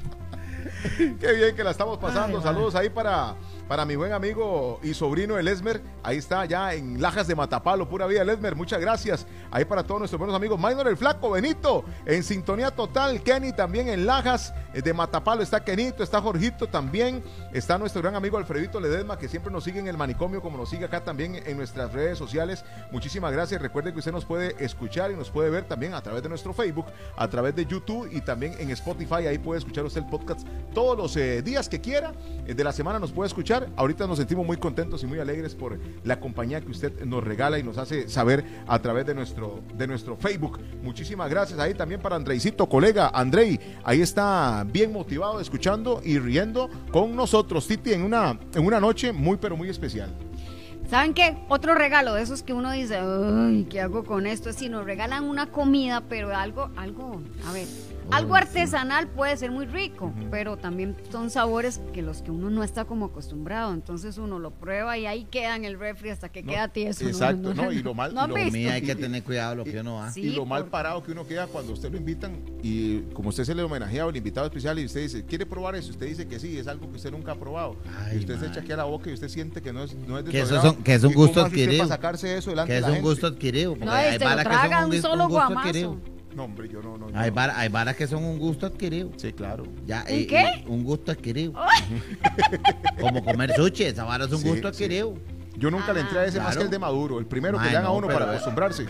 S1: Qué bien que la estamos pasando.
S3: Ay,
S1: Saludos ahí para, para mi buen amigo y sobrino el Esmer. Ahí está ya en Lajas de Matapalo, pura vida el Esmer. Muchas gracias. Ahí para todos nuestros buenos amigos. Minor el Flaco, Benito, en sintonía total. Kenny también en Lajas eh, de Matapalo. Está Kenito, está Jorgito también. Está nuestro gran amigo Alfredito Ledesma, que siempre nos sigue en el manicomio, como nos sigue acá también en nuestras redes sociales. Muchísimas gracias. Recuerde que usted nos puede escuchar y nos puede ver también a través de nuestro Facebook, a través de YouTube y también en Spotify. Ahí puede escuchar usted el podcast todos los eh, días que quiera eh, de la semana. Nos puede escuchar. Ahorita nos sentimos muy contentos y muy alegres por la compañía que usted nos regala y nos hace saber a través de nuestro, de nuestro Facebook. Muchísimas gracias. Ahí también para Andreicito, colega Andrei. Ahí está bien motivado, escuchando y riendo con nosotros, Titi, en una, en una noche muy, pero muy especial.
S2: ¿Saben qué? Otro regalo de esos que uno dice, "Ay, ¿qué hago con esto? Si nos regalan una comida, pero algo, algo, a ver, algo artesanal puede ser muy rico, pero también son sabores que los que uno no está como acostumbrado. Entonces uno lo prueba y ahí queda en el refri hasta que
S1: No,
S2: queda tieso.
S1: exacto, no, y lo mal-
S2: ¿No han
S1: lo
S2: visto?
S1: mi-
S3: Mira, hay que tener cuidado lo que uno hace.
S2: Sí,
S1: y lo mal
S2: porque-
S1: parado que uno queda cuando a usted lo invitan y como usted se le homenajea o el invitado especial y usted dice, ¿quiere probar eso? Usted dice que sí, es algo que usted nunca ha probado.
S3: Ay,
S1: y usted
S3: mae.
S1: se echa aquí a la boca y usted siente que no es, no es de
S3: Que
S1: su
S3: eso
S1: agrado.
S3: son- que es un
S1: ¿Y cómo
S3: gusto
S1: hace usted
S3: adquirido.
S1: para sacarse eso delante
S3: Que
S1: de
S3: es
S1: la
S3: un
S1: gente?
S3: gusto adquirido. porque
S2: No,
S3: hay
S2: este,
S3: varas
S2: lo
S3: que son
S2: traga un
S3: gusto-
S2: solo
S3: gusto
S2: guamazo.
S3: adquirido.
S1: No, hombre, yo no, no. yo
S3: Hay,
S1: no.
S3: var- hay varas que son un gusto adquirido.
S1: Sí, claro.
S3: Ya,
S2: ¿Un
S3: eh,
S2: qué?
S3: eh, un gusto adquirido. Como comer sushi, esa vara es un
S1: Sí,
S3: gusto
S1: sí.
S3: adquirido.
S1: Yo nunca le entré a ese más
S3: Claro.
S1: que el de Maduro, el primero
S3: Mae,
S1: que le dan a
S3: no,
S1: uno
S3: pero- eh,
S1: para acostumbrarse.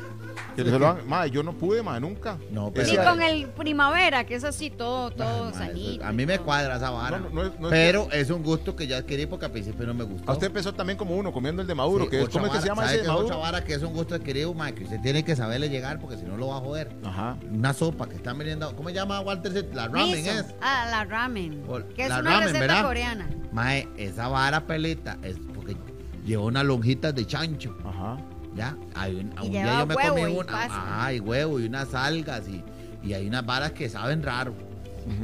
S1: Que se lo dan, mae, yo no pude, mae, nunca.
S3: No,
S1: Ese-
S2: Ni
S3: pero-
S2: con el primavera, que es así todo, todo
S3: Pues, eh, Ay, madre,
S2: sanito
S3: a
S2: y
S3: mí me
S2: todo.
S3: cuadra esa vara.
S1: No, no, no es- no es-
S3: pero es un gusto que yo adquirí porque al principio no me gustó.
S1: A usted empezó también como uno, comiendo el de Maduro,
S3: Sí,
S1: que es,
S3: otra
S1: ¿cómo es que se
S3: vara.
S1: llama
S3: ¿Sabe
S1: ese de
S3: qué es otra
S1: Maduro?
S3: vara que es un gusto adquirido, ma, que usted tiene que saberle llegar porque si no lo va a joder.
S1: Ajá.
S3: Una sopa que están vendiendo, ¿cómo se llama Walter? La ramen
S2: Miso.
S3: es.
S2: Ah, la ramen.
S3: Ol-
S2: Que es
S3: la
S2: una
S3: ramen,
S2: receta
S3: ¿verdad?
S2: coreana.
S3: Mae, esa vara peleta es porque lleva unas lonjitas de chancho,
S1: Ajá.
S3: ¿ya? Hay un, un
S2: lleva
S3: día yo me
S2: huevo
S3: comí
S2: y
S3: una,
S2: pasa.
S3: ajá, y huevo y unas algas y, y hay unas varas que saben raro,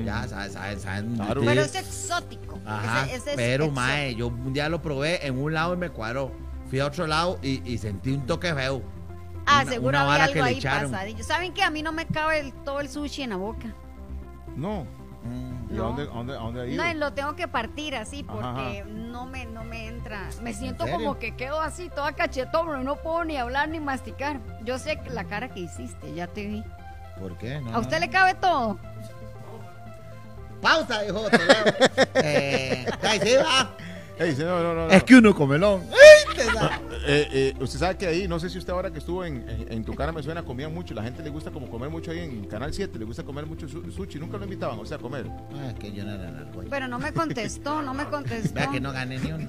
S3: ya, saben, saben, saben.
S1: Claro.
S3: ustedes-
S2: Pero es exótico.
S3: Ajá,
S2: Ese- ese es
S3: pero
S2: exótico.
S3: mae, yo un día lo probé en un lado y me cuadró. Fui a otro lado y, y sentí un toque feo.
S2: Ah,
S3: Una-
S2: seguro
S3: una vara
S2: había
S3: que
S2: algo
S3: le
S2: ahí
S3: echaron.
S2: pasadillo. ¿Saben que a mí no me cabe el- todo el sushi en la boca?
S1: No.
S3: Mm.
S1: ¿Y a
S2: No.
S1: dónde, a dónde, a dónde ha ido?
S2: No, lo tengo que partir así porque
S1: Ajá.
S2: no me no me entra. Me siento
S3: serio?
S2: como que quedo así toda cachetona y no puedo ni hablar ni masticar. Yo sé que la cara que hiciste, ya te vi.
S3: ¿Por qué? No,
S2: ¿A usted le cabe todo?
S3: Pausa, hijo. te leo. eh, ay, sí, va.
S1: Ey, sí, no, no, no, no.
S3: que uno comelón.
S1: Eh, eh, usted sabe que ahí, no sé si usted ahora que estuvo en, en- en tu cara me suena, comían mucho. La gente le gusta como comer mucho ahí en Canal 7, le gusta comer mucho su- sushi. Nunca lo invitaban, o sea, a comer.
S3: Ah, es que yo no era narco.
S2: Pero no me contestó, no me contestó.
S3: Vea que no gané ni uno.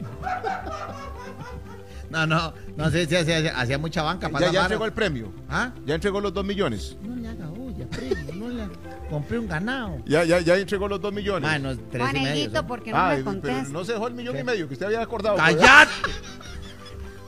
S3: No, no, no sé si hacía, hacía mucha banca
S1: Ya,
S3: para la
S1: ya
S3: vara.
S1: entregó el premio.
S3: ¿Ah?
S1: Ya entregó los 2 millones.
S3: No le haga olla, primo, no le compré un ganado.
S1: Ya, ya, ya entregó los 2 millones.
S3: Mano, tres y medio.
S2: Juaneguito,
S3: son.
S2: porque no
S1: Ay,
S2: me
S1: pero
S2: contesta.
S1: no se dejó el millón
S3: ¿Qué?
S1: y medio que usted había acordado. pues. ¿verdad?
S3: ¡Callate!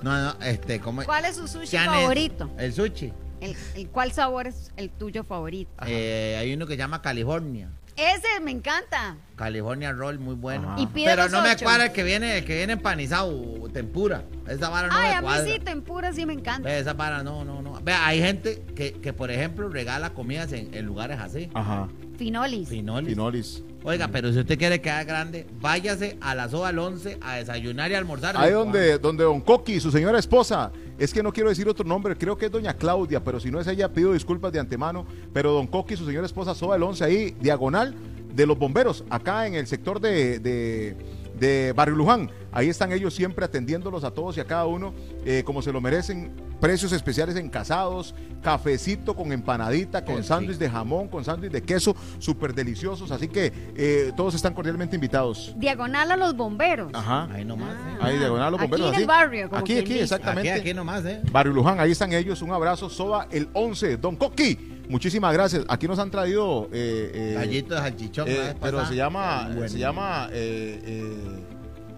S3: No, no, este, ¿cómo
S2: ¿Cuál es su sushi
S3: Janet,
S2: favorito?
S3: El sushi.
S2: El, el- ¿Cuál sabor es el tuyo favorito?
S3: Eh, hay uno que llama California.
S2: Ese me encanta.
S3: California Roll, muy bueno.
S1: Ajá. Y
S2: pide
S3: Pero
S2: los
S3: no me
S2: ocho.
S3: cuadra el que viene, el que viene empanizado o tempura. Esa vara no
S2: Ay,
S3: me
S2: a mí
S3: cuadra.
S2: sí, tempura sí me encanta.
S3: Ve, Esa vara no, no, no. Vea, hay gente que, que, por ejemplo, regala comidas en, en lugares así.
S1: Ajá.
S2: Finolis.
S3: Finolis.
S1: Pinolis.
S3: Oiga, pero si usted quiere quedar grande, váyase a las al 11 a desayunar y almorzar.
S1: Ahí
S3: Don
S1: donde, donde Don Coqui y su señora esposa, es que no quiero decir otro nombre, creo que es Doña Claudia, pero si no es ella, pido disculpas de antemano. Pero Don Coqui y su señora esposa, Soba el 11 ahí, diagonal de los bomberos, acá en el sector de, de, de Barrio Luján. Ahí están ellos siempre atendiéndolos a todos y a cada uno eh, como se lo merecen. Precios especiales en casados, cafecito con empanadita,
S3: Qué
S1: con sándwich de jamón, con sándwich de queso, súper deliciosos. Así que eh, todos están cordialmente invitados.
S2: Diagonal a los bomberos.
S1: Ajá.
S3: Juan. Ahí nomás. eh.
S1: Ahí diagonal a los
S2: Ah, Aquí
S1: bomberos.
S2: en el
S1: así.
S2: barrio, como
S1: Aquí,
S2: quien
S1: aquí,
S2: dice.
S1: Ah, exactamente.
S3: Aquí, aquí nomás, ¿eh?
S1: Barrio Luján, ahí están ellos. Un abrazo. Soba el 11. Don Coqui, muchísimas gracias. Aquí nos han traído. eh, eh,
S3: Gallito de salchichón.
S1: eh,
S3: la vez
S1: pero
S3: pasada.
S1: se llama.
S3: Bueno.
S1: Se llama. eh, eh,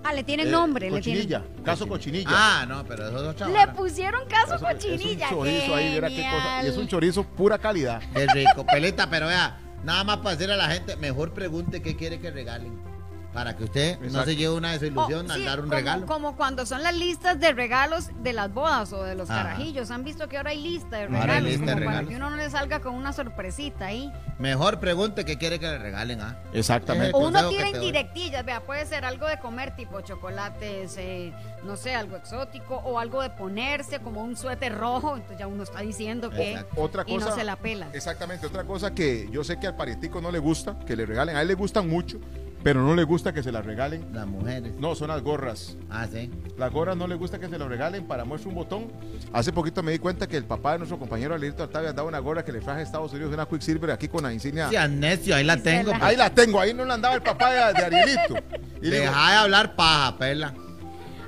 S2: Ah, le tienen nombre, le tienen.
S4: Cochinilla, caso cochinilla.
S3: Ah, no, pero eso es otra
S2: Le
S3: vara.
S2: pusieron caso cochinilla.
S4: Es un chorizo ahí, viera qué cosa.
S2: genial.
S4: Y es un chorizo pura calidad.
S3: Qué rico, pelita, pero vea, nada más para decirle a la gente, mejor pregunte qué quiere que regalen. Para que usted no
S4: Exacto.
S3: se lleve una desilusión
S2: Oh,
S3: al
S2: sí,
S3: dar un
S2: como,
S3: regalo.
S2: Como cuando son las listas de regalos de las bodas o de los
S3: Ajá.
S2: carajillos. Han visto que ahora hay lista de
S3: Ahora hay
S2: regalos.
S3: lista de
S2: como para
S3: regalos.
S2: que uno no le salga con una sorpresita ahí.
S3: Mejor pregunte qué quiere que le regalen, ¿ah?
S4: Exactamente.
S3: El
S2: O uno
S3: consejo
S2: tira
S3: que te doy.
S2: indirectillas, vea, puede ser algo de comer tipo chocolates, eh, no sé, algo exótico o algo de ponerse como un suéter rojo, entonces ya uno está diciendo que
S3: Exacto.
S1: Otra
S2: y
S1: cosa.
S2: no se la pela.
S1: Exactamente, otra cosa que yo sé que al paretico no le gusta, que le regalen, a él le gustan mucho, pero no le gusta que se las regalen.
S3: Las mujeres.
S1: No, son las gorras.
S3: Ah, sí.
S1: Las gorras no le gusta que se las regalen para muestra un botón. Hace poquito me di cuenta que el papá de nuestro compañero Alirito Artavia andaba una gorra que le traje a Estados Unidos, una Quicksilver aquí con la insignia.
S3: Sí, ah. necio, ahí la
S2: Dice
S3: tengo. pues.
S2: la-
S1: Ahí la tengo, ahí no la andaba el papá de, de Arielito. Y le digo,
S3: Deja de hablar paja, perla.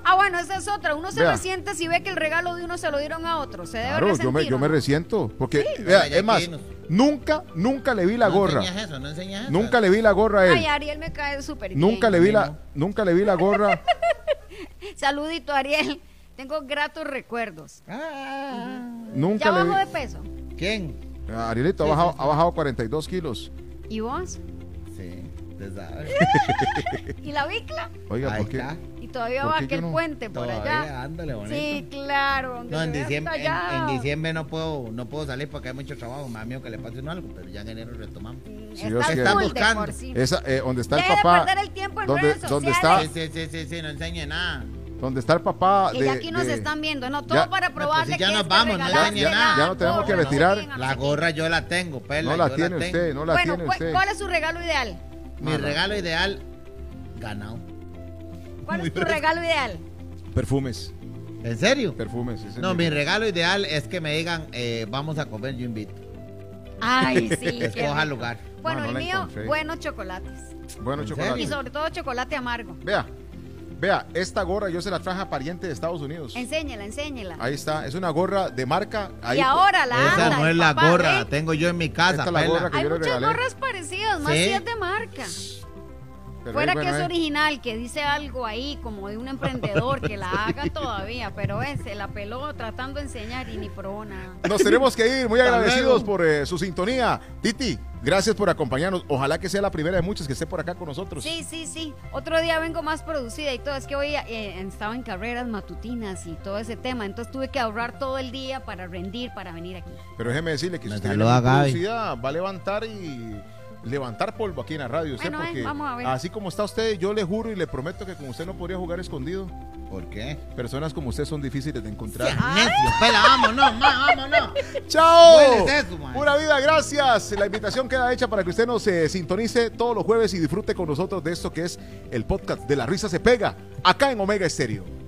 S2: Ah, bueno, esa es otra. Uno se
S1: Vea.
S2: resiente si ve que el regalo de uno se lo dieron a otro. Se debe
S1: claro, yo me,
S2: resentir,
S1: yo
S2: ¿o
S1: me
S2: no?
S1: resiento. Porque,
S3: no,
S1: vea,
S3: ya
S1: es más,
S3: quinos.
S1: nunca, nunca le vi la
S3: no
S1: gorra.
S3: enseñas eso, no enseñas eso.
S1: Nunca le vi la gorra a él.
S2: Ay, Ariel me cae súper bien.
S1: Nunca le vi la,
S3: no.
S1: nunca le vi la gorra.
S2: Saludito, Ariel. Tengo gratos recuerdos.
S3: Ah,
S1: Nunca
S2: Ya
S1: le
S2: bajo
S1: vi.
S2: de peso.
S3: ¿Quién?
S1: Ah, Arielito, ha
S3: Sí,
S1: bajado,
S3: sí,
S1: ha bajado 42 kilos.
S2: ¿Y vos?
S3: Sí, te sabes.
S2: ¿Y la bicla?
S1: Oiga,
S3: Ahí
S1: ¿por qué?
S3: está.
S2: Y todavía
S1: ¿Por
S2: va
S1: qué yo
S2: aquel
S1: no?
S2: puente por
S3: Todavía,
S2: allá.
S3: ándale, bonito.
S2: Sí, claro. donde
S3: No, en
S2: se ve
S3: diciembre, en,
S2: hasta allá.
S3: en diciembre no puedo, no puedo salir porque hay mucho trabajo. Más mío que le pase uno algo, pero ya en enero retomamos.
S1: Si Dios
S2: Está
S1: quiere.
S2: full
S3: Está buscando.
S2: de por sí.
S1: Esa, eh, donde está el
S2: Deje de
S1: papá.
S2: perder el tiempo en
S1: donde,
S2: redes
S1: donde
S2: sociales.
S1: está,
S3: Sí, sí, sí, sí, sí, no enseñe nada.
S1: donde está el papá.
S2: Que
S1: de-
S2: ya aquí nos
S1: de-
S2: están viendo, ¿no? Todo
S1: Ya-
S2: para
S3: pues,
S2: probarle
S3: si ya
S2: que este
S3: nos
S2: es que
S3: vamos, no
S2: regalaste
S1: enseña nada. Ya no tenemos que
S2: gorra, sé
S1: retirar.
S2: quién, no
S3: La
S2: sé
S3: gorra yo la tengo, perla.
S1: No la
S3: yo
S1: tiene
S3: tengo.
S1: usted, no la
S2: bueno,
S1: tiene
S2: ¿cuál-
S1: usted.
S2: ¿cuál es su regalo ideal?
S3: Mi
S1: Ajá.
S3: regalo ideal, ganado.
S2: ¿Cuál
S3: Muy
S2: es tu
S3: bien.
S2: regalo ideal?
S1: Perfumes.
S3: ¿En serio?
S1: Perfumes. sí,
S3: No,
S1: señor.
S3: mi regalo ideal es que me digan, eh, vamos a comer, yo invito.
S2: Ay, sí. qué
S3: Escoja
S2: rico.
S3: lugar.
S2: Bueno,
S1: No, no
S2: el
S1: la
S2: mío,
S1: encontré.
S2: buenos chocolates.
S1: Bueno,
S3: ¿En
S1: chocolate.
S2: Y
S3: Sí. serio?
S2: sobre todo chocolate amargo.
S1: Vea, vea, esta gorra yo se la traje a pariente de Estados Unidos.
S2: Enséñela, enséñela.
S1: Ahí está, es una gorra de marca. Ahí,
S2: y ahora la
S3: pues, Esa
S2: anda,
S3: no
S2: el
S3: es la
S2: papá,
S3: gorra,
S2: ¿ve?
S3: la tengo yo en mi casa,
S1: Esta es la
S3: perla.
S1: gorra que
S2: Hay
S1: yo le
S2: muchas
S1: regalé.
S2: gorras parecidas, más
S3: Sí.
S2: si es de marca.
S1: Pero
S2: Fuera
S1: ahí, bueno,
S2: que es
S1: ahí.
S2: original, que dice algo ahí, como de un emprendedor que la haga todavía, pero eh, se la peló tratando de enseñar y ni probó nada.
S1: Nos tenemos que ir, muy
S3: Hasta
S1: agradecidos
S3: luego.
S1: por eh, su sintonía. Titi, gracias por acompañarnos. Ojalá que sea la primera de muchas que esté por acá con nosotros.
S2: Sí, sí, sí. Otro día vengo más producida y todo. Es que hoy eh, estaba en carreras matutinas y todo ese tema. Entonces tuve que ahorrar todo el día para rendir, para venir aquí.
S1: Pero déjeme decirle que si
S3: Me
S1: usted
S3: saluda
S1: viene muy
S3: Gaby.
S1: producida, va a levantar y levantar polvo aquí en la radio. usted,
S2: Bueno, eh,
S1: porque
S2: vamos a ver.
S1: Así como está usted, yo le juro y le prometo que con usted no podría jugar escondido.
S3: ¿Por qué?
S1: Personas como usted son difíciles de encontrar.
S3: Necio, pela, vámonos, ma, vámonos.
S1: ¡Chao!
S3: Huele eso, man.
S1: Pura vida, gracias. La invitación queda hecha para que usted nos eh, sintonice todos los jueves y disfrute con nosotros de esto que es el podcast de La Risa Se Pega, acá en Omega Estéreo.